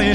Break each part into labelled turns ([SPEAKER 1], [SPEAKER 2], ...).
[SPEAKER 1] 天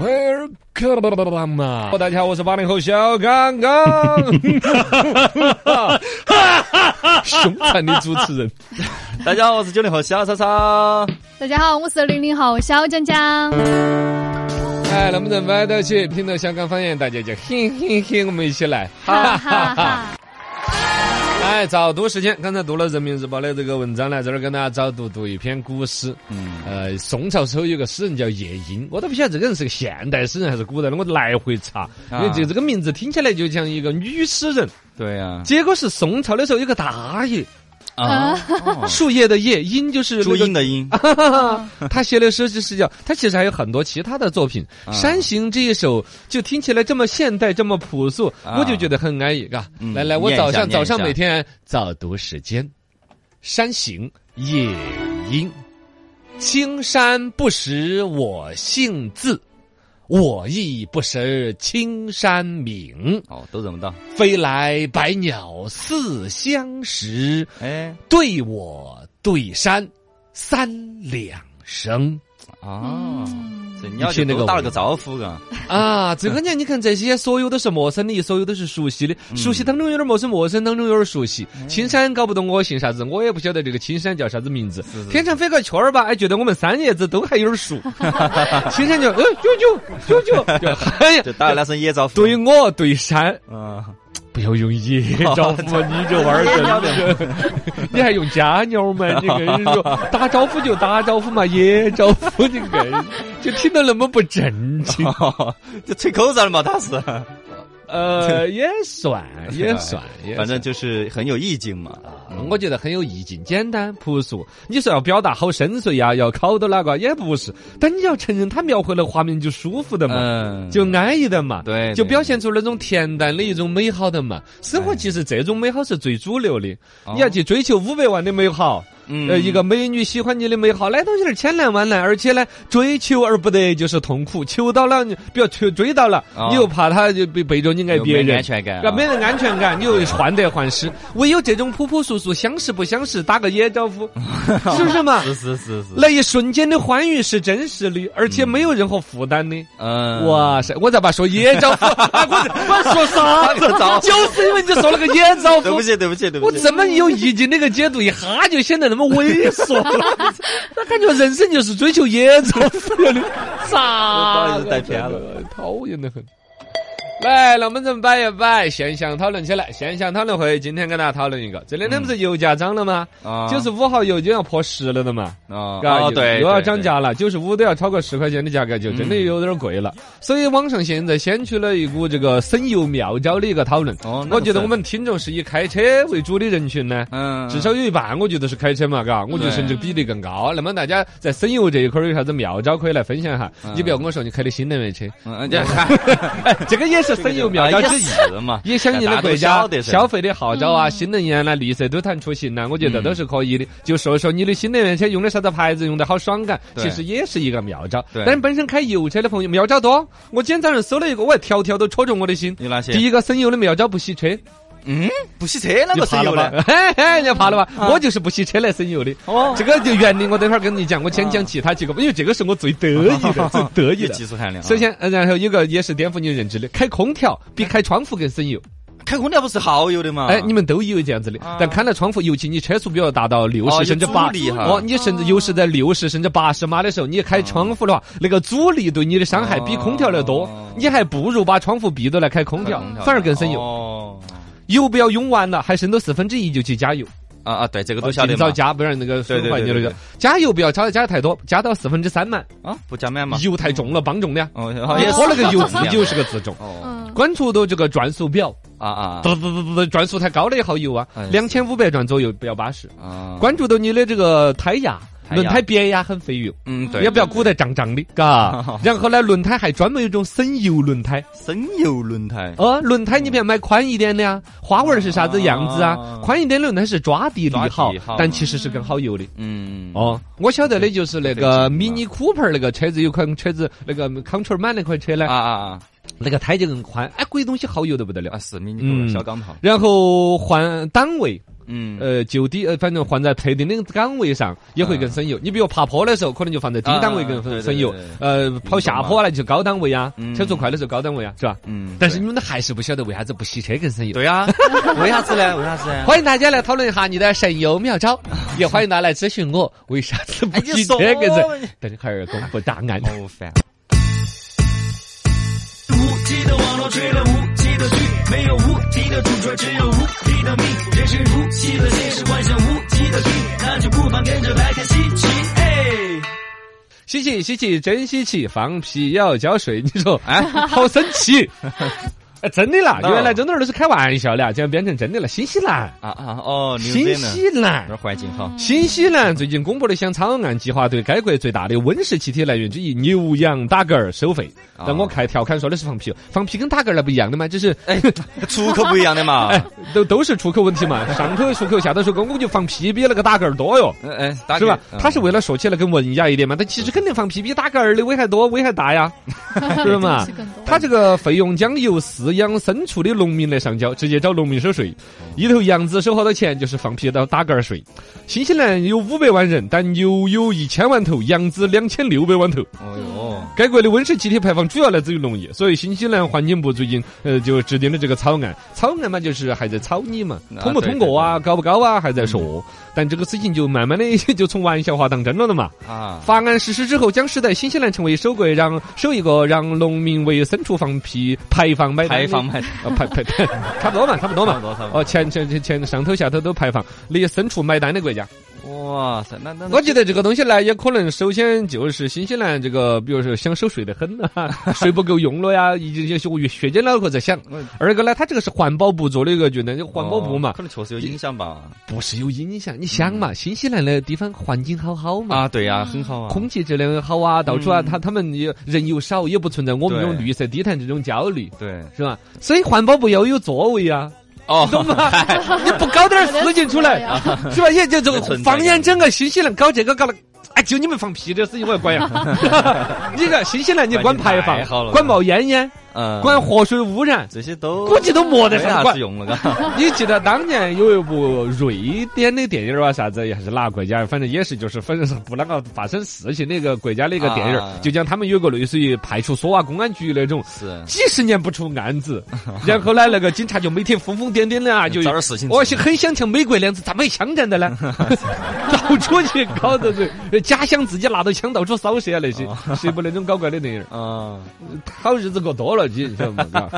[SPEAKER 2] Welcome 啊！大家好，我是八零后小刚刚，凶残的主持人。
[SPEAKER 1] 大家好，我是九零后小超超。
[SPEAKER 3] 大家好，我是零零后小江江。
[SPEAKER 2] 哎，能不能歪到去？听到香港方言，大家就嘿嘿嘿，我们一起来，
[SPEAKER 3] 哈 哈哈！
[SPEAKER 2] 哎，早读时间，刚才读了人民日报的这个文章呢，这儿跟大家早读读一篇古诗。
[SPEAKER 1] 嗯，
[SPEAKER 2] 呃，宋朝时候有个诗人叫夜莺，我都不晓得这个人是个现代诗人还是古代的，我来回查，因为
[SPEAKER 1] 啊
[SPEAKER 2] 这这个名字听起来就像一个女诗人。
[SPEAKER 1] 对呀、
[SPEAKER 2] 结果是宋朝的时候有个大爷，
[SPEAKER 1] 啊，哦
[SPEAKER 2] 树叶的叶，莺就是那
[SPEAKER 1] 注
[SPEAKER 2] 个
[SPEAKER 1] 音的音，
[SPEAKER 2] 他写的诗就是叫，他其实还有很多其他的作品，
[SPEAKER 1] 啊
[SPEAKER 2] 山行》这一首就听起来这么现代，这么朴素，
[SPEAKER 1] 啊
[SPEAKER 2] 我就觉得很安逸，嘎、
[SPEAKER 1] 嗯
[SPEAKER 2] 来来，我
[SPEAKER 1] 念一
[SPEAKER 2] 早
[SPEAKER 1] 下
[SPEAKER 2] 上
[SPEAKER 1] 念
[SPEAKER 2] 早
[SPEAKER 1] 一
[SPEAKER 2] 上
[SPEAKER 1] 下
[SPEAKER 2] 每天早读时间，《山行》夜莺，青山不识我姓字，我亦不识青山名。
[SPEAKER 1] 哦，都整不到。
[SPEAKER 2] 飞来白鸟似相识，
[SPEAKER 1] 哎，
[SPEAKER 2] 对我对山三两声。
[SPEAKER 1] 哦，
[SPEAKER 2] 嗯
[SPEAKER 1] 这你
[SPEAKER 2] 你
[SPEAKER 1] 要
[SPEAKER 2] 去
[SPEAKER 1] 去
[SPEAKER 2] 那
[SPEAKER 1] 那
[SPEAKER 2] 个
[SPEAKER 1] 个打了
[SPEAKER 2] 网
[SPEAKER 1] 个招呼啊，
[SPEAKER 2] 啊，这个呢，你看这些所有都是陌生的，所有都是熟悉的，熟悉当中有点陌生，陌生当中有点熟悉。青山搞不懂我姓啥子，我也不晓得这个青山叫啥子名字
[SPEAKER 1] 是。
[SPEAKER 2] 天上飞个雀儿吧，哎，觉得我们三爷子都还有点 熟。青山就呃啾啾啾啾，就 喊呀
[SPEAKER 1] 就，打了两声野招呼。
[SPEAKER 2] 对我对山，
[SPEAKER 1] 嗯，
[SPEAKER 2] 不要用野招 呼，你这玩意儿 真是，你还用家鸟吗？ 你跟你说，打招呼就打招呼嘛，野招呼你跟就听到那么不正 经。
[SPEAKER 1] 哦就吹口哨了嘛，他是，
[SPEAKER 2] 呃，也算，也算，也
[SPEAKER 1] 反正
[SPEAKER 2] 算
[SPEAKER 1] 就是很有意境嘛。嗯
[SPEAKER 2] 我觉得很有意境，简单朴素。你说要表达好深邃呀、要考到哪个也不是，但你要承认他描绘的画面就舒服的嘛，
[SPEAKER 1] 嗯，
[SPEAKER 2] 就安逸的嘛，
[SPEAKER 1] 对
[SPEAKER 2] 就
[SPEAKER 1] 对
[SPEAKER 2] 表现出那种恬淡的一种美好的嘛。生活其实这种美好是最主流的，你要去追求五百万的美好。
[SPEAKER 1] 哦嗯
[SPEAKER 2] 呃，一个美女喜欢你的美好，那东西是千难万难，而且呢，追求而不得就是痛苦，求到了，你不要求追到了，
[SPEAKER 1] 哦
[SPEAKER 2] 你又怕他就背背着你爱
[SPEAKER 1] 有
[SPEAKER 2] 别
[SPEAKER 1] 没
[SPEAKER 2] 人
[SPEAKER 1] 安，全感
[SPEAKER 2] 啊，
[SPEAKER 1] 啊，
[SPEAKER 2] 没得安全感，你又患得患失。唯有这种朴朴素素、相识不相识，打个野招 呼，是不是嘛？
[SPEAKER 1] 是是是是，
[SPEAKER 2] 那一瞬间的欢愉是真实的，而且没有任何负担的。
[SPEAKER 1] 嗯，
[SPEAKER 2] 哇塞！我咋把说野 招呼？啊我我说啥子？ 就是因为你说了个野招
[SPEAKER 1] 对
[SPEAKER 2] 呼
[SPEAKER 1] 不。起对不起对不
[SPEAKER 2] 我
[SPEAKER 1] 起，
[SPEAKER 2] 这么有意境那个解读，一哈就显得那么猥琐了。那感觉人生就是追求野招 呼的，
[SPEAKER 1] 不
[SPEAKER 2] 啥
[SPEAKER 1] 好意思带偏了，
[SPEAKER 2] 讨厌的很。来，那我们咱们摆一摆现象讨论起来。现象讨论会今天跟大家讨论一个，这两天不是油价涨了吗？
[SPEAKER 1] 啊
[SPEAKER 2] 九十五号油就要破十了的嘛，
[SPEAKER 1] 啊
[SPEAKER 2] 嘎
[SPEAKER 1] 啊
[SPEAKER 2] 油
[SPEAKER 1] 对，
[SPEAKER 2] 又要
[SPEAKER 1] 对嗯
[SPEAKER 2] 涨。价了，九十五都要超过十块钱的价格，就真的有点贵了。所以网上现在掀起了一股这个省油妙招的一个讨论。
[SPEAKER 1] 对哦，那
[SPEAKER 2] 我
[SPEAKER 1] 个
[SPEAKER 2] 觉得
[SPEAKER 1] 是
[SPEAKER 2] 我们听众是以开车为主的人群呢，
[SPEAKER 1] 嗯，
[SPEAKER 2] 至少有一半，我觉得是开车嘛，嘎，我觉得甚至比例更高。那么大家在省油这一块儿有啥子妙招可以来分享一下？
[SPEAKER 1] 嗯
[SPEAKER 2] 你不要跟我说你开的新能 源车，
[SPEAKER 1] 嗯， 这哎
[SPEAKER 2] 哎，这个也是 省油妙招之一。
[SPEAKER 1] 一嘛，
[SPEAKER 2] 也响应了国
[SPEAKER 1] 哎
[SPEAKER 2] 家消费的号召
[SPEAKER 1] 嗯
[SPEAKER 2] 啊，新能源啦、绿色都谈出行啦，我觉得都是可以的。就说说你的新能源车用的啥子牌子，用的好爽感，
[SPEAKER 1] 对
[SPEAKER 2] 其实也是一个妙招。
[SPEAKER 1] 对
[SPEAKER 2] 但本身开油车的朋友妙招多，我今天早上搜了一个，我还条条都戳中我的心。
[SPEAKER 1] 有哪些？
[SPEAKER 2] 第一个省油的妙招不洗车，
[SPEAKER 1] 嗯，不洗车啷
[SPEAKER 2] 你
[SPEAKER 1] 个是
[SPEAKER 2] 怕了
[SPEAKER 1] 有嗯
[SPEAKER 2] 吧
[SPEAKER 1] 呢？？
[SPEAKER 2] 嘿嘿，你怕了吧？我就是不洗车来省油的。
[SPEAKER 1] 哦，
[SPEAKER 2] 这个就原理，我等会儿跟你讲。我先讲其他几个，因为这个是我最得意 的、最得意
[SPEAKER 1] 有
[SPEAKER 2] 的
[SPEAKER 1] 技。术含量啊。
[SPEAKER 2] 首先，呃然后有个也是颠覆你认知的，开空调比开窗户更省油。
[SPEAKER 1] 开空调不是耗油的嘛？
[SPEAKER 2] 哎，你们都有这样子的
[SPEAKER 1] 啊，
[SPEAKER 2] 但开了窗户，尤其你车速比如达到六
[SPEAKER 1] 哦
[SPEAKER 2] 十
[SPEAKER 1] 有
[SPEAKER 2] 甚至
[SPEAKER 1] 阻
[SPEAKER 2] 八，
[SPEAKER 1] 力哈
[SPEAKER 2] 哦，你
[SPEAKER 1] 啊
[SPEAKER 2] 甚至有时在六十甚至八十码的时候，你开窗户的话，那个阻力对你的伤害比空调要多
[SPEAKER 1] 啊哦，
[SPEAKER 2] 你还不如把窗户闭着来开空调，反而更省油。
[SPEAKER 1] 哦，
[SPEAKER 2] 油不要用完了，还剩到四分之一就去加油。
[SPEAKER 1] 啊啊，对，这个
[SPEAKER 2] 哦
[SPEAKER 1] 都晓得
[SPEAKER 2] 尽早
[SPEAKER 1] 嘛。
[SPEAKER 2] 加，不然那个损坏
[SPEAKER 1] 对对
[SPEAKER 2] 你
[SPEAKER 1] 对对
[SPEAKER 2] 了
[SPEAKER 1] 对。
[SPEAKER 2] 加油不要加的加得太多，加到四分之三满，
[SPEAKER 1] 啊，不加满嘛？
[SPEAKER 2] 油太重了，磅重的呀。
[SPEAKER 1] 哦，然后
[SPEAKER 2] 你
[SPEAKER 1] 也
[SPEAKER 2] 喝
[SPEAKER 1] 是
[SPEAKER 2] 了个油
[SPEAKER 1] 是 这
[SPEAKER 2] 自
[SPEAKER 1] 样
[SPEAKER 2] 就是个自重。
[SPEAKER 1] 哦
[SPEAKER 3] 嗯，
[SPEAKER 2] 关注到这个转速表，
[SPEAKER 1] 啊 啊
[SPEAKER 2] 嘟嘟嘟嘟嘟，转速太高了也耗油啊
[SPEAKER 1] 哎，
[SPEAKER 2] 两千五百转左右不要巴适。
[SPEAKER 1] 啊！
[SPEAKER 2] 关注到你的这个胎压，轮胎别也很费油，
[SPEAKER 1] 嗯对，
[SPEAKER 2] 也不要鼓得胀胀的， 嘎。然后呢，轮胎还专门有一种省油轮胎，
[SPEAKER 1] 生油轮胎，
[SPEAKER 2] 哦，轮胎你不要买宽一点的呀，花纹是啥子样子
[SPEAKER 1] 啊
[SPEAKER 2] 啊？宽一点的轮胎是抓地力
[SPEAKER 1] 抓
[SPEAKER 2] 好
[SPEAKER 1] 地好，
[SPEAKER 2] 但其实是更好油的。
[SPEAKER 1] 嗯
[SPEAKER 2] 哦，我晓得的就是那
[SPEAKER 1] 对
[SPEAKER 2] 个
[SPEAKER 1] 对
[SPEAKER 2] Mini Cooper 那个车子，有款车子，那个 Controlman 那款车
[SPEAKER 1] 啊
[SPEAKER 2] 呢，
[SPEAKER 1] 啊啊
[SPEAKER 2] 那个胎就更宽，哎，鬼东西好油得不得了
[SPEAKER 1] 啊，。是迷你
[SPEAKER 2] 嗯
[SPEAKER 1] 狗小钢炮，
[SPEAKER 2] 然后换档位，
[SPEAKER 1] 嗯
[SPEAKER 2] 呃，就低，呃，反正换在特定的岗位上也会更省油。你比如爬坡的时候，可能就放在低档
[SPEAKER 1] 嗯
[SPEAKER 2] 位
[SPEAKER 1] 啊对对
[SPEAKER 2] 更省油
[SPEAKER 1] 对对；
[SPEAKER 2] 呃，跑下坡了就高档位啊
[SPEAKER 1] 嗯，
[SPEAKER 2] 车速快的时候高档位啊，是吧？
[SPEAKER 1] 嗯，
[SPEAKER 2] 但是
[SPEAKER 1] 对
[SPEAKER 2] 你们都还是不晓得为啥子不洗车更省油。
[SPEAKER 1] 对啊呀，为啥子 呢？为啥子呢？
[SPEAKER 2] 欢迎大家来讨论一下你的省油 妙招，也欢迎大家来咨询我为啥子不
[SPEAKER 1] 哎你哦
[SPEAKER 2] 洗车
[SPEAKER 1] 说
[SPEAKER 2] 更省。等会儿公布答 案。
[SPEAKER 1] 好烦。无极的网络追了无极的剧，没有无敌的主角，只有无敌的命。人生如戏的现实，幻想无极的剧，那就不妨跟着来看稀奇。哎，
[SPEAKER 2] 稀奇稀奇，真稀奇，放屁也要浇水。你说，哎， 好生气！ 哎，真的啦，
[SPEAKER 1] 哦
[SPEAKER 2] 原来真的儿都是开玩笑的，啊，竟然变成真的了。新西兰，
[SPEAKER 1] 啊啊哦，牛
[SPEAKER 2] 新
[SPEAKER 1] 逼呢！嗯
[SPEAKER 2] 西兰
[SPEAKER 1] 那。环境好，
[SPEAKER 2] 新西兰最近公布了一项草案，计划对该国最大的温室气体来源之一牛羊打嗝儿收费。
[SPEAKER 1] 哦
[SPEAKER 2] 但我看条款说的是放屁，哦放屁跟打嗝儿那不一样的嘛，就是
[SPEAKER 1] 哎，出口不一样的嘛。
[SPEAKER 2] 哎，都都是出口问 题嘛，上头出口，下头出口，我们就放屁比那个打嗝儿多哟，
[SPEAKER 1] 嗯哎，打
[SPEAKER 2] 是吧
[SPEAKER 1] 给？
[SPEAKER 2] 他是为了说起来更文雅一点嘛，但其实肯定放屁比打嗝儿的危害多，危害 大呀，是嘛
[SPEAKER 3] 是更多？
[SPEAKER 2] 他这个费用将由饲养牲畜的农民来上交，直接找农民收税。一头羊子收好多钱，就是放屁到打嗝儿税。新西兰有五百万人，但牛有一千万头，羊子两千六百万头。
[SPEAKER 1] 哦哟，
[SPEAKER 2] 该国的温室气体排放主要来自于农业，所以新西兰环境部最近呃就制定了这个草案。草案嘛，就是还在草拟嘛
[SPEAKER 1] 啊，
[SPEAKER 2] 通不通过啊，高不高啊，还在说。但这个事情就慢慢的 就从玩笑话当真了的嘛。
[SPEAKER 1] 啊，
[SPEAKER 2] 法案实施之后，将使得新西兰成为首国让首一个让农民为牲畜放屁排放买单
[SPEAKER 1] 排
[SPEAKER 2] 的
[SPEAKER 1] 放买
[SPEAKER 2] 呃排排排， 差不多嘛，差不多
[SPEAKER 1] 差不
[SPEAKER 2] 嘛。
[SPEAKER 1] 多差不
[SPEAKER 2] 哦，前前前前上头下头都排放，的牲畜买单的国家。
[SPEAKER 1] 多。哇塞，那那
[SPEAKER 2] 我觉得这个东西呢，也可能首先就是新西兰这个，比如说想守水的很呐、 水不够用了呀，已经有些削尖脑壳在想
[SPEAKER 1] 嗯。
[SPEAKER 2] 二个呢，它这个是环保部做的一个决定，就环保部
[SPEAKER 1] 哦嗯
[SPEAKER 2] 嘛，
[SPEAKER 1] 可能确实有影响吧。
[SPEAKER 2] 不是有影响。你想嘛，新西兰的地方环境好好嘛。
[SPEAKER 1] 啊，对呀，很好啊。
[SPEAKER 2] 空气质量好啊，到处啊，
[SPEAKER 1] 嗯
[SPEAKER 2] 他他们也人又少，也不存在我们这种
[SPEAKER 1] 对
[SPEAKER 2] 绿色低碳这种焦虑，
[SPEAKER 1] 对，
[SPEAKER 2] 是吧？所以环保部要有作为 啊，
[SPEAKER 1] 哦，
[SPEAKER 2] 懂吗？你不搞点事情出来，啊是吧？也就这个
[SPEAKER 1] 存在感
[SPEAKER 2] 放眼整个新西兰搞这个搞那个。哎，就你们放屁这事情我要管 呀！你这新西兰你管排
[SPEAKER 1] 太好
[SPEAKER 2] 放
[SPEAKER 1] 了，
[SPEAKER 2] 管冒烟烟，
[SPEAKER 1] 嗯，
[SPEAKER 2] 管河水污染，
[SPEAKER 1] 这些都
[SPEAKER 2] 估计都没得
[SPEAKER 1] 没
[SPEAKER 2] 啥
[SPEAKER 1] 啥
[SPEAKER 2] 管
[SPEAKER 1] 子。用了，嘎。
[SPEAKER 2] 你记得当年有一部瑞典的电影儿吧，啥子还是哪个国家，反正也是就是反正是不啷个发生事情那个国家的一个电影
[SPEAKER 1] 啊
[SPEAKER 2] 儿，就讲他们有个类似于派出所啊、公安局那种。
[SPEAKER 1] 是，
[SPEAKER 2] 几十年不出案子，然后呢，那个警察就每天疯疯癫癫 的啊，就
[SPEAKER 1] 找点事情做
[SPEAKER 2] 我是很想像美国那样子，咋没枪战的呢？到处去搞的这，假想自己拿到枪到处扫射啊那些，是一部那种搞怪的电影。
[SPEAKER 1] 嗯，
[SPEAKER 2] 好日子过多了，你晓得嘛？嘎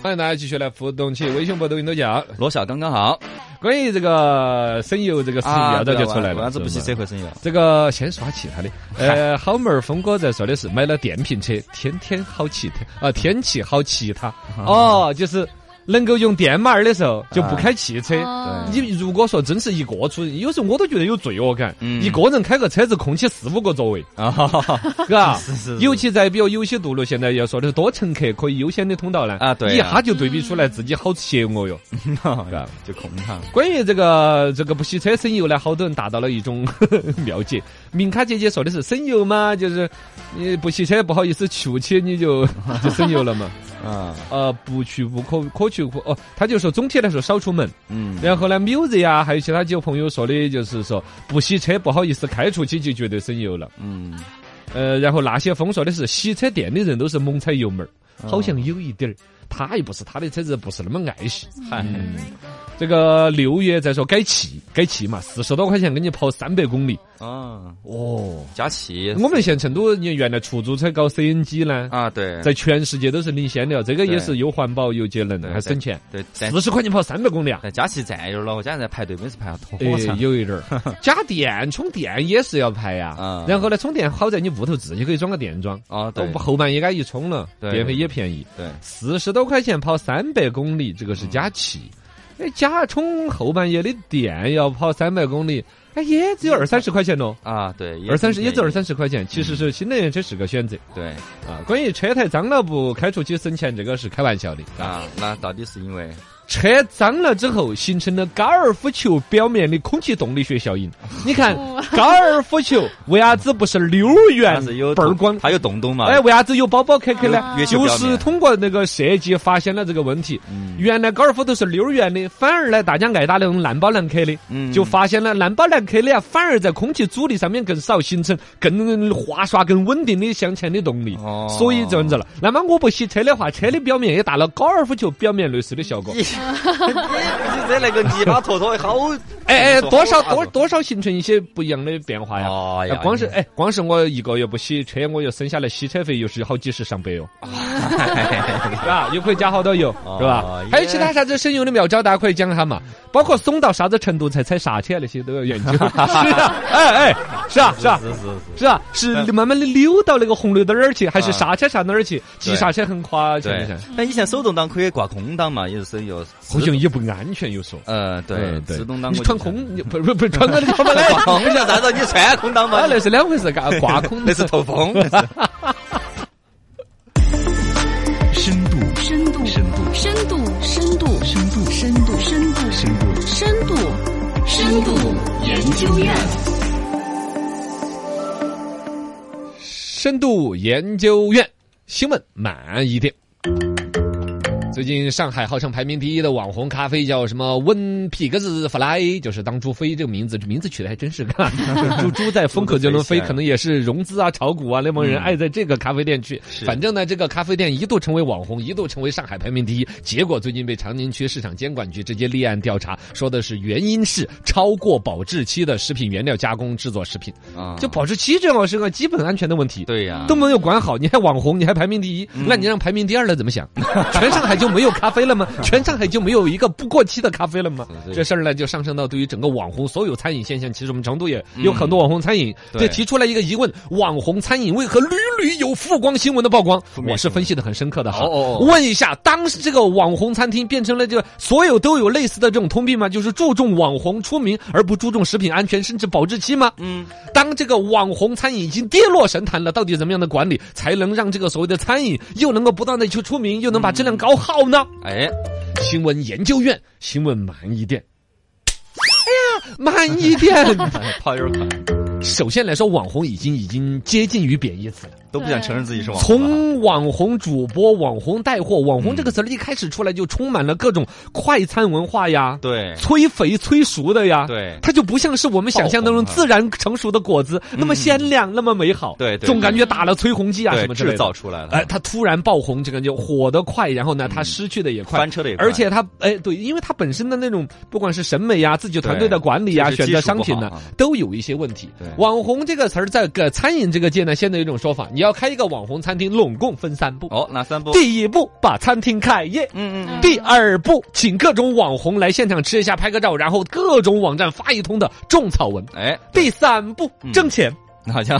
[SPEAKER 2] 欢迎大家继续来互动起，微信、博抖音都叫。
[SPEAKER 1] 落下刚刚好。
[SPEAKER 2] 关于这个省油这个事情，
[SPEAKER 1] 啊，
[SPEAKER 2] 要早就出来
[SPEAKER 1] 为
[SPEAKER 2] 了。
[SPEAKER 1] 啥子不洗
[SPEAKER 2] 是吗
[SPEAKER 1] 车会省 油？
[SPEAKER 2] 这个先说下其 他的，呃，好妹儿峰哥在说的是买了电瓶车，天天好骑它啊，天气好骑它。
[SPEAKER 1] 啊
[SPEAKER 2] 哦，就是能够用电马儿的时候就不开汽车。
[SPEAKER 3] 哦
[SPEAKER 2] 你如果说真是一个出，有时候我都觉得有罪恶感。
[SPEAKER 1] 嗯
[SPEAKER 2] 一个人开个车子，空起四五 个座位，
[SPEAKER 1] 啊，
[SPEAKER 2] 嘎
[SPEAKER 1] 是是。是
[SPEAKER 2] 尤其在比如有些道路现在要说的是多乘客可以优先的通道呢，
[SPEAKER 1] 啊对
[SPEAKER 2] 一
[SPEAKER 1] 呀 啊
[SPEAKER 2] 哈就对比出来自己好邪恶哟，嘎。
[SPEAKER 1] 就空它。
[SPEAKER 2] 关于这个这个不洗车省油呢，好多人达到了一种 妙解。明卡姐姐说的是省油嘛，就是你不洗车不好意思出去，你就 就省油了嘛。
[SPEAKER 1] 啊，
[SPEAKER 2] 呃，不去不可可去不哦，他就说总体来说少出门。
[SPEAKER 1] 嗯，
[SPEAKER 2] 然后呢，Muse 呀、还有其他几个朋友说的，就是说不洗车不好意思开出去就觉得省油了。
[SPEAKER 1] 嗯，
[SPEAKER 2] 呃，然后那些风说的是洗车店的人都是猛踩油门儿，好
[SPEAKER 1] 嗯
[SPEAKER 2] 像有一点儿。他又不是他的车子，不是那么爱惜。嗯
[SPEAKER 1] 嗨，
[SPEAKER 2] 这个六月再说改气，改气嘛，四十多块钱给你跑三百公里。
[SPEAKER 1] 啊，
[SPEAKER 2] 哦，
[SPEAKER 1] 加气
[SPEAKER 2] 我们现在成都你原来出租车搞 CNG 呢，
[SPEAKER 1] 啊，对，
[SPEAKER 2] 在全世界都是领先的，这个
[SPEAKER 1] 对
[SPEAKER 2] 也是又环保又节能的，还省钱。
[SPEAKER 1] 对，但
[SPEAKER 2] 四十块钱跑三百公里啊！
[SPEAKER 1] 但加气占油了，我家在排队每次排了多
[SPEAKER 2] 哎
[SPEAKER 1] 长，？
[SPEAKER 2] 有一点 儿，加电充电也是要排呀
[SPEAKER 1] 啊。
[SPEAKER 2] 然后呢，充电好在你屋头自己可以装个电桩，
[SPEAKER 1] 啊，对
[SPEAKER 2] 后后半夜该一充了，
[SPEAKER 1] 对
[SPEAKER 2] 电费也便宜。
[SPEAKER 1] 对，
[SPEAKER 2] 四十多块钱跑三百公哎里，这个是加气。那加充后半夜的电要跑三百公里，哎，也只有二三十块钱咯。
[SPEAKER 1] 啊，对，
[SPEAKER 2] 二三十也
[SPEAKER 1] 也
[SPEAKER 2] 只有二三十块钱，其实是新能源车是个选择
[SPEAKER 1] 对
[SPEAKER 2] 啊。关于车太脏了不开出去省钱，这个是开玩笑的啊。
[SPEAKER 1] 啊，那到底是因为
[SPEAKER 2] 车脏了之后，形成了高尔夫球表面的空气动力学效应。你看
[SPEAKER 3] 哦
[SPEAKER 2] 高尔夫球为啥子不是溜圆
[SPEAKER 1] 它是有嗯
[SPEAKER 2] 倍儿
[SPEAKER 1] 洞
[SPEAKER 2] 光？
[SPEAKER 1] 它有洞洞嘛？
[SPEAKER 2] 哎，，为啥子有包包壳壳呢
[SPEAKER 3] 啊？
[SPEAKER 1] 月球
[SPEAKER 2] 就
[SPEAKER 1] 表
[SPEAKER 2] 是
[SPEAKER 1] 面
[SPEAKER 2] 通过那个设计发现了这个问题。
[SPEAKER 1] 嗯
[SPEAKER 2] 原来高尔夫都是溜圆的，反而呢，大家爱打那种烂包烂壳的，
[SPEAKER 1] 嗯
[SPEAKER 2] 就发现了烂包烂壳的啊，反而在空气阻力上面更少，形成更滑刷、更稳定的向前的动力。
[SPEAKER 1] 哦
[SPEAKER 2] 所以这样子了。那么我不洗车的话，车的表面也达到高尔夫球表面类似的效 果。
[SPEAKER 1] 你你不是在那个泥巴坨坨好？
[SPEAKER 2] 哎哎，
[SPEAKER 1] 好
[SPEAKER 2] 多少
[SPEAKER 1] 大
[SPEAKER 2] 多
[SPEAKER 1] 个
[SPEAKER 2] 多少形成一些不一样的变化呀。
[SPEAKER 1] 哎
[SPEAKER 2] 啊光是哎，光是我一个月不洗车，我又省下来洗车费又是好几十上百哦哟，
[SPEAKER 1] 哎
[SPEAKER 2] 是吧？又可以加好多油，是吧
[SPEAKER 1] 哦？
[SPEAKER 2] 还有其他啥子省油的妙招，大家可以讲一下嘛。包括怂到啥子程度才踩刹车那些都要研究。是啊，哎哎，是啊 是啊
[SPEAKER 1] 是是
[SPEAKER 2] 是啊，是慢慢的溜到那个红绿灯儿去，还是
[SPEAKER 1] 啊
[SPEAKER 2] 刹车刹哪儿去？急刹车很夸张
[SPEAKER 1] 对
[SPEAKER 2] 噻，，
[SPEAKER 1] 但以前手动挡可以挂空挡嘛，有时候有
[SPEAKER 2] 好像也不安全，有说。
[SPEAKER 1] 呃，对，自动挡
[SPEAKER 2] 嗯你穿空，你不不不穿个你穿不来。
[SPEAKER 1] 空哎叫啥子？你穿空挡嘛
[SPEAKER 2] 啊，？那是两回事，嘎，挂空
[SPEAKER 1] 那是透 风。那是
[SPEAKER 4] 深度，
[SPEAKER 5] 深度，
[SPEAKER 4] 深度，
[SPEAKER 5] 深度，深度，
[SPEAKER 4] 深度，
[SPEAKER 5] 深度，深度，
[SPEAKER 4] 深度。
[SPEAKER 5] 深度，深度研究院。
[SPEAKER 2] 深度研究院新闻慢一点。最近上海号称排名第一的网红咖啡叫什么温皮格子弗莱，就是当初飞这个名字，这名字取的还真 是个猪猪在风口就能飞，可能也是融资啊、炒股啊那帮人
[SPEAKER 1] 嗯
[SPEAKER 2] 爱在这个咖啡店去。
[SPEAKER 1] 是
[SPEAKER 2] 反正呢，这个咖啡店一度成为网红，一度成为上海排名第一，结果最近被长宁区市场监管局直接立案调查，说的是原因是超过保质期的食品原料加工制作食品，
[SPEAKER 1] 啊
[SPEAKER 2] 就保质期这种是个基本安全的问题。
[SPEAKER 1] 对呀，嗯
[SPEAKER 2] 都没有管好，你还网红，你还排名第一，那你让排名第二的怎么想？ 全上海就没有咖啡了 吗？全上海就没有一个不过期的咖啡了吗
[SPEAKER 1] 是？是
[SPEAKER 2] 这事儿呢，就上升到对于整个网红所有餐饮现象，其实我们成都也有很多网红餐饮，
[SPEAKER 1] 嗯对
[SPEAKER 2] 就提出来一个疑问：网红餐饮为何屡屡有负光新闻的曝光？
[SPEAKER 1] 面
[SPEAKER 2] 我是分析的很深刻的哈。
[SPEAKER 1] 哦哦哦
[SPEAKER 2] 问一下，当时这个网红餐厅变成了这个所有都有类似的这种通病吗？就是注重网红出名而不注重食品安全甚至保质期吗？
[SPEAKER 1] 嗯，
[SPEAKER 2] 当这个网红餐饮已经跌落神坛了，到底怎么样的管理才能让这个所谓的餐饮又能够不断的去出名，又能把质量搞好呢？
[SPEAKER 1] 哎，
[SPEAKER 2] 新闻研究院，新闻慢一点。哎呀， 慢哎一点。
[SPEAKER 1] 炮友款
[SPEAKER 2] 首先来说，网红已经已经接近于贬义词了。
[SPEAKER 1] 都不想承认自己是网红了。
[SPEAKER 2] 从网红主播、网红带货、网红这个词儿一开始出来，就充满了各种快餐文化呀，
[SPEAKER 1] 对
[SPEAKER 2] 催肥催熟的呀，
[SPEAKER 1] 对
[SPEAKER 2] 它就不像是我们想象当中
[SPEAKER 1] 爆红啊嗯
[SPEAKER 2] 自然成熟的果子那么鲜亮、那么美好，
[SPEAKER 1] 对对
[SPEAKER 2] 总感觉打了催红剂啊什
[SPEAKER 1] 对
[SPEAKER 2] 么，之类
[SPEAKER 1] 制
[SPEAKER 2] 的
[SPEAKER 1] 造。出来了。
[SPEAKER 2] 哎，它突然爆红，这个就火得快，然后呢，它失去的也快，
[SPEAKER 1] 翻车的也快
[SPEAKER 2] 而且它，哎，对，因为它本身的那种，不管是审美呀、自己团队的管理呀、
[SPEAKER 1] 对就是
[SPEAKER 2] 选
[SPEAKER 1] 技术
[SPEAKER 2] 择商品呢
[SPEAKER 1] 不好啊，
[SPEAKER 2] 都有一些问题
[SPEAKER 1] 对。
[SPEAKER 2] 网红这个词儿，在个餐饮这个界呢，现在有一种说法，你要开一个网红餐厅，拢共分三步。
[SPEAKER 1] 哦，哪三步？
[SPEAKER 2] 第一步，把餐厅开业。
[SPEAKER 1] 嗯嗯，
[SPEAKER 2] 第二步，请各种网红来现场吃一下、拍个照，然后各种网站发一通的种草文。
[SPEAKER 1] 哎，
[SPEAKER 2] 第三步，
[SPEAKER 1] 嗯
[SPEAKER 2] 挣钱，
[SPEAKER 1] 好 像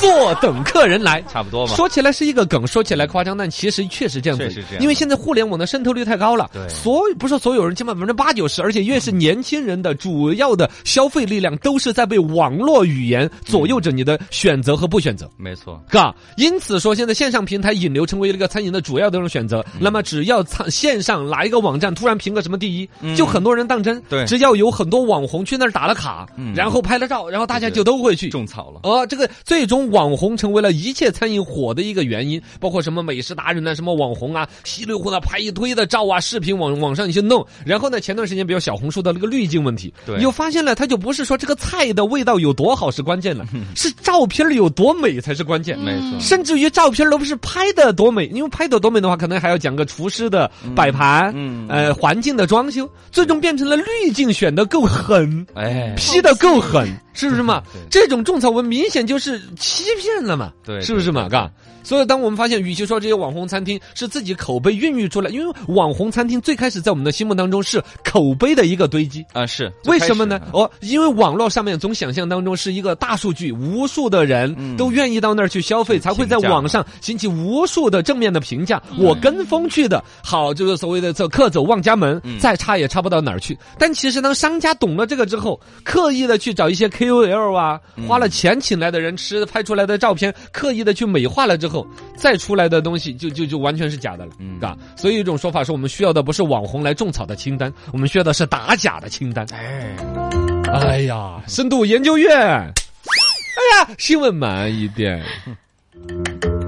[SPEAKER 2] 坐等客人 来。
[SPEAKER 1] 差不多吧。
[SPEAKER 2] 说起来是一个梗，说起来夸张，但其实确实这样子。
[SPEAKER 1] 确实这样
[SPEAKER 2] 因为现在互联网的渗透率太高了，
[SPEAKER 1] 对
[SPEAKER 2] 所有不是所有人，起码百分之八九十，而且越是年轻人的主要的消费力量，都是在被网络语言左右着你的选择和不选择。
[SPEAKER 1] 没错，
[SPEAKER 2] 嘎，因此说现在线上平台引流成为了一个餐饮的主要的一种选
[SPEAKER 1] 嗯
[SPEAKER 2] 择。那么只要餐线上哪一个网站突然评个什么第一，
[SPEAKER 1] 嗯
[SPEAKER 2] 就很多人当真。
[SPEAKER 1] 对
[SPEAKER 2] 只要有很多网红去那儿打了卡，
[SPEAKER 1] 嗯
[SPEAKER 2] 然后拍了照，然后大家
[SPEAKER 1] 对对
[SPEAKER 2] 就都会去。
[SPEAKER 1] 种草了。
[SPEAKER 2] 哦，这个最终网红成为了一切餐饮火的一个原因，包括什么美食达人啊，什么网红啊，稀里糊涂拍一堆的照啊，视频往网上去弄。然后呢，前段时间比如小红书的那个滤镜问题，
[SPEAKER 1] 对
[SPEAKER 2] 你就发现了，它就不是说这个菜的味道有多好是关键了，
[SPEAKER 1] 嗯
[SPEAKER 2] 是照片儿有多美嗯才是关键。
[SPEAKER 1] 没错，
[SPEAKER 2] 甚至于照片都不是拍的多美，因为拍的多美的话，可能还要讲个厨师的摆盘，
[SPEAKER 1] 嗯
[SPEAKER 2] 呃，环境的装修，最终变成了滤镜选的够狠，
[SPEAKER 1] 哎，
[SPEAKER 2] P 的够狠，是不是嘛
[SPEAKER 1] 对对？
[SPEAKER 2] 这种种草文明显就是欺骗了嘛，
[SPEAKER 1] 对
[SPEAKER 2] 是不是嘛？嘎，所以当我们发现，与其说这些网红餐厅是自己口碑孕育出来，因为网红餐厅最开始在我们的心目当中是口碑的一个堆积。
[SPEAKER 1] 啊，是
[SPEAKER 2] 为什么
[SPEAKER 1] 最
[SPEAKER 2] 呢？
[SPEAKER 1] 开始啊
[SPEAKER 2] 哦，因为网络上面总想象当中是一个大数据，无数的人
[SPEAKER 1] 嗯
[SPEAKER 2] 都愿意到那儿去消费，才会在
[SPEAKER 1] 评价
[SPEAKER 2] 网上引起无数的正面的评价。
[SPEAKER 1] 嗯
[SPEAKER 2] 我跟风去的，好，就是所谓的这客走望家门，
[SPEAKER 1] 嗯
[SPEAKER 2] 再差也差不到哪儿去。但其实当商家懂了这个之后，刻意的去找一些 KOL 啊，
[SPEAKER 1] 嗯
[SPEAKER 2] 花了钱请来的人吃拍出来的照片，刻意的去美化了之后，再出来的东西就就就完全是假的了，
[SPEAKER 1] 嗯
[SPEAKER 2] 啊，所以有一种说法是我们需要的不是网红来种草的清单，我们需要的是打假的清单。
[SPEAKER 1] 哎，
[SPEAKER 2] 哎呀，深度研究院，哎呀，新闻慢一 点。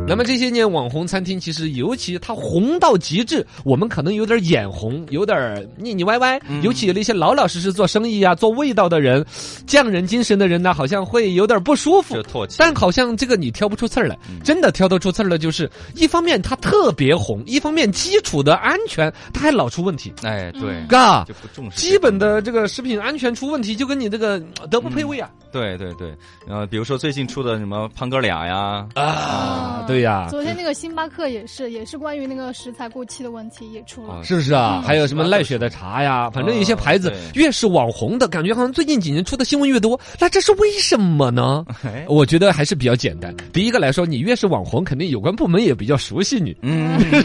[SPEAKER 2] 那么这些年，网红餐厅其实尤其它红到极致，我们可能有点眼红，有点腻腻歪歪。
[SPEAKER 1] 嗯
[SPEAKER 2] 尤其有那些老老实实做生意啊、做味道的人、匠人精神的人呢，好像会有点不舒服
[SPEAKER 1] 这。唾弃，
[SPEAKER 2] 但好像这个你挑不出刺儿来，真的挑得出刺儿来，就是一方面它特别红，一方面基础的安全它还老出问题，
[SPEAKER 1] 哎，对，
[SPEAKER 2] 嘎，
[SPEAKER 1] 就不重视这
[SPEAKER 2] 嗯基本
[SPEAKER 1] 方面
[SPEAKER 2] 的这个食品安全出问题，就跟你这个呃德不配位啊！
[SPEAKER 1] 对对对，呃，比如说最近出的什么胖哥俩呀，
[SPEAKER 2] 啊对呀、
[SPEAKER 3] 哦昨天那个星巴克也是，也是关于那个食材过期的问题也出了
[SPEAKER 1] 啊。
[SPEAKER 2] 是不是啊？
[SPEAKER 3] 嗯
[SPEAKER 2] 还有什么赖雪的茶呀，反正有一些牌子
[SPEAKER 1] 对
[SPEAKER 2] 越是网红的感觉，好像最近几年出的新闻越多，那这是为什么呢？
[SPEAKER 1] 哎，
[SPEAKER 2] 我觉得还是比较简单。第一个来说，你越是网红，肯定有关部门也比较熟悉你，
[SPEAKER 1] 嗯，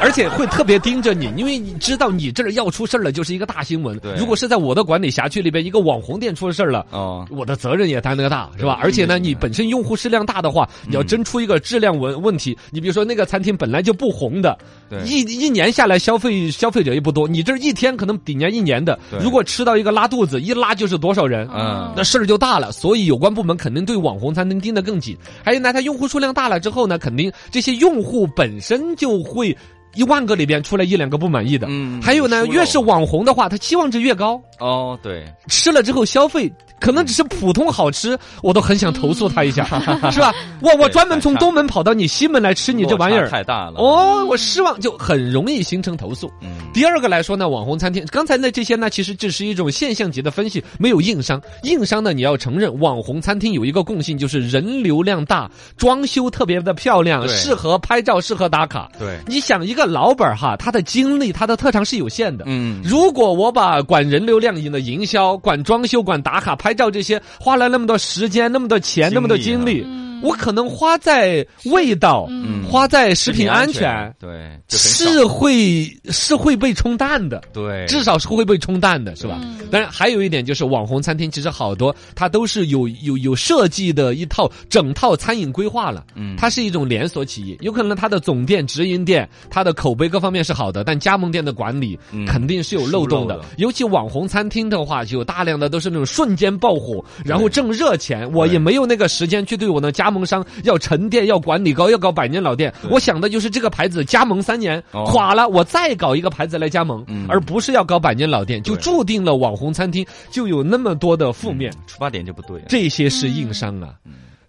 [SPEAKER 2] 而且会特别盯着你，因为你知道你这儿要出事儿了，就是一个大新闻
[SPEAKER 1] 对。
[SPEAKER 2] 如果是在我的管理辖区里边，一个网红店出事儿了。
[SPEAKER 1] 哦，
[SPEAKER 2] 我的责任也担得大，是吧？
[SPEAKER 1] 对
[SPEAKER 2] 而且呢，
[SPEAKER 1] 嗯
[SPEAKER 2] 你本身用户质量大的话，你要真出一个质量问问题，你比如说那个餐厅本来就不红的，
[SPEAKER 1] 对，
[SPEAKER 2] 一一年下来消费消费者也不多，你这一天可能顶人家一年的
[SPEAKER 1] 对，
[SPEAKER 2] 如果吃到一个拉肚子，一拉就是多少人。
[SPEAKER 1] 嗯
[SPEAKER 2] 那事儿就大了，所以有关部门肯定对网红餐厅盯得更紧。还有呢，它用户数量大了之后呢，肯定这些用户本身就会一万个里边出来一两个不满意的。
[SPEAKER 1] 嗯
[SPEAKER 2] 还有呢，
[SPEAKER 1] 猪肉
[SPEAKER 2] 越是网红的话，它期望值越高，
[SPEAKER 1] 哦，对，
[SPEAKER 2] 吃了之后消费可能只是普通好吃，我都很想投诉他一下，
[SPEAKER 1] 嗯
[SPEAKER 2] 是吧？我我专门从东门跑到你西门来吃你这玩意
[SPEAKER 1] 落
[SPEAKER 2] 儿
[SPEAKER 1] 差，太大了，
[SPEAKER 2] 哦，我失望就很容易形成投诉。
[SPEAKER 1] 嗯，
[SPEAKER 2] 第二个来说呢，网红餐厅，刚才呢这些呢，其实只是一种现象级的分析，没有硬伤。硬伤呢，你要承认，网红餐厅有一个共性，就是人流量大，装修特别的漂亮，
[SPEAKER 1] 对
[SPEAKER 2] 适合拍照，适合打卡。
[SPEAKER 1] 对，
[SPEAKER 2] 你想，一个老板儿哈，他的精力、他的特长是有限的。
[SPEAKER 1] 嗯，
[SPEAKER 2] 如果我把管人流量、引的营销、管装修、管打卡、拍照这些，花了那么多时间、那么多
[SPEAKER 1] 精
[SPEAKER 2] 钱、
[SPEAKER 1] 力啊
[SPEAKER 2] 那么多精力，
[SPEAKER 3] 嗯
[SPEAKER 2] 我可能花在味道、
[SPEAKER 1] 嗯
[SPEAKER 2] 花在食品安
[SPEAKER 1] 全
[SPEAKER 2] 全，，
[SPEAKER 1] 对，就很少哎
[SPEAKER 2] 是会是会被冲淡的。
[SPEAKER 1] 对，
[SPEAKER 2] 至少是会被冲淡的，是吧
[SPEAKER 3] 嗯？
[SPEAKER 2] 当然，还有一点就是网红餐厅其实好多，它都是有有有设计的一套整套餐饮规划了。
[SPEAKER 1] 嗯
[SPEAKER 2] 它是一种连锁企业，有可能它的总店、直营店，它的口碑各方面是好的，但加盟店的管理
[SPEAKER 1] 嗯
[SPEAKER 2] 肯定是有漏洞
[SPEAKER 1] 疏
[SPEAKER 2] 的
[SPEAKER 1] 漏的。
[SPEAKER 2] 尤其网红餐厅的话，就有大量的都是那种瞬间爆火，然后挣热钱，我也没有那个时间去对我的加盟商要沉淀、要管理高、要搞百年老店。
[SPEAKER 1] 对
[SPEAKER 2] 我想的就是这个牌子加盟三年
[SPEAKER 1] 哦
[SPEAKER 2] 垮了，我再搞一个牌子来加盟
[SPEAKER 1] 嗯，
[SPEAKER 2] 而不是要搞百年老店，就
[SPEAKER 1] 对
[SPEAKER 2] 注定了网红餐厅就有那么多的负面。
[SPEAKER 1] 嗯出发点就不对了，
[SPEAKER 2] 这些是硬伤啊。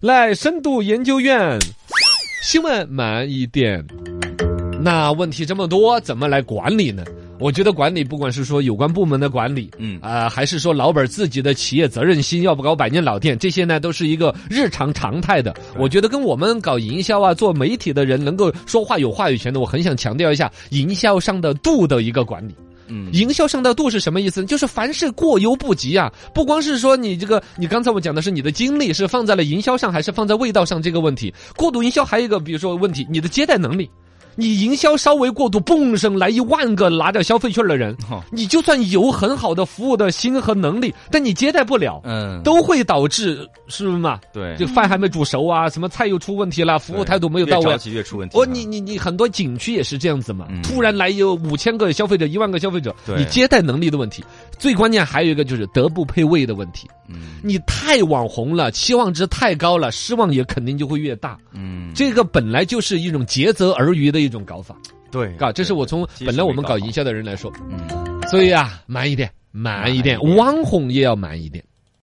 [SPEAKER 2] 来，深度研究院，新闻满一点。那问题这么多，怎么来管理呢？我觉得管理，不管是说有关部门的管理，
[SPEAKER 1] 嗯
[SPEAKER 2] 啊，还是说老板自己的企业责任心，要不搞百年老店，这些呢都是一个日常常态的。我觉得跟我们搞营销啊、做媒体的人能够说话有话语权的，我很想强调一下营销上的度的一个管理。
[SPEAKER 1] 嗯，
[SPEAKER 2] 营销上的度是什么意思呢？就是凡事过犹不及啊！不光是说你这个，你刚才我讲的是你的精力是放在了营销上，还是放在味道上这个问题。过度营销还有一个，比如说问题，你的接待能力。你营销稍微过度，嘣声来一万个拿着消费券的人
[SPEAKER 1] 哦，
[SPEAKER 2] 你就算有很好的服务的心和能力，但你接待不了，
[SPEAKER 1] 嗯，
[SPEAKER 2] 都会导致是不是嘛？
[SPEAKER 1] 对，
[SPEAKER 2] 这个饭还没煮熟啊，什么菜又出问题了，服务
[SPEAKER 1] 对
[SPEAKER 2] 态度没有
[SPEAKER 1] 越
[SPEAKER 2] 到位
[SPEAKER 1] 着，急越出问题啊，
[SPEAKER 2] 哦，你你你很多景区也是这样子嘛，
[SPEAKER 1] 嗯
[SPEAKER 2] 突然来有五千个消费者、一万个消费者，
[SPEAKER 1] 对
[SPEAKER 2] 你接待能力的问题，最关键还有一个就是德不配位的问题。
[SPEAKER 1] 嗯
[SPEAKER 2] 你太网红了，期望值太高了，失望也肯定就会越大。
[SPEAKER 1] 嗯，
[SPEAKER 2] 这个本来就是一种竭泽而渔的一种搞法，
[SPEAKER 1] 对，
[SPEAKER 2] 啊，这是
[SPEAKER 1] 对
[SPEAKER 2] 我从
[SPEAKER 1] 基础
[SPEAKER 2] 本来我们
[SPEAKER 1] 没
[SPEAKER 2] 搞
[SPEAKER 1] 好
[SPEAKER 2] 营销的人来说，
[SPEAKER 1] 嗯。
[SPEAKER 2] 所以啊，慢一点，慢一点
[SPEAKER 1] 慢一，点
[SPEAKER 2] 网红也要慢一点。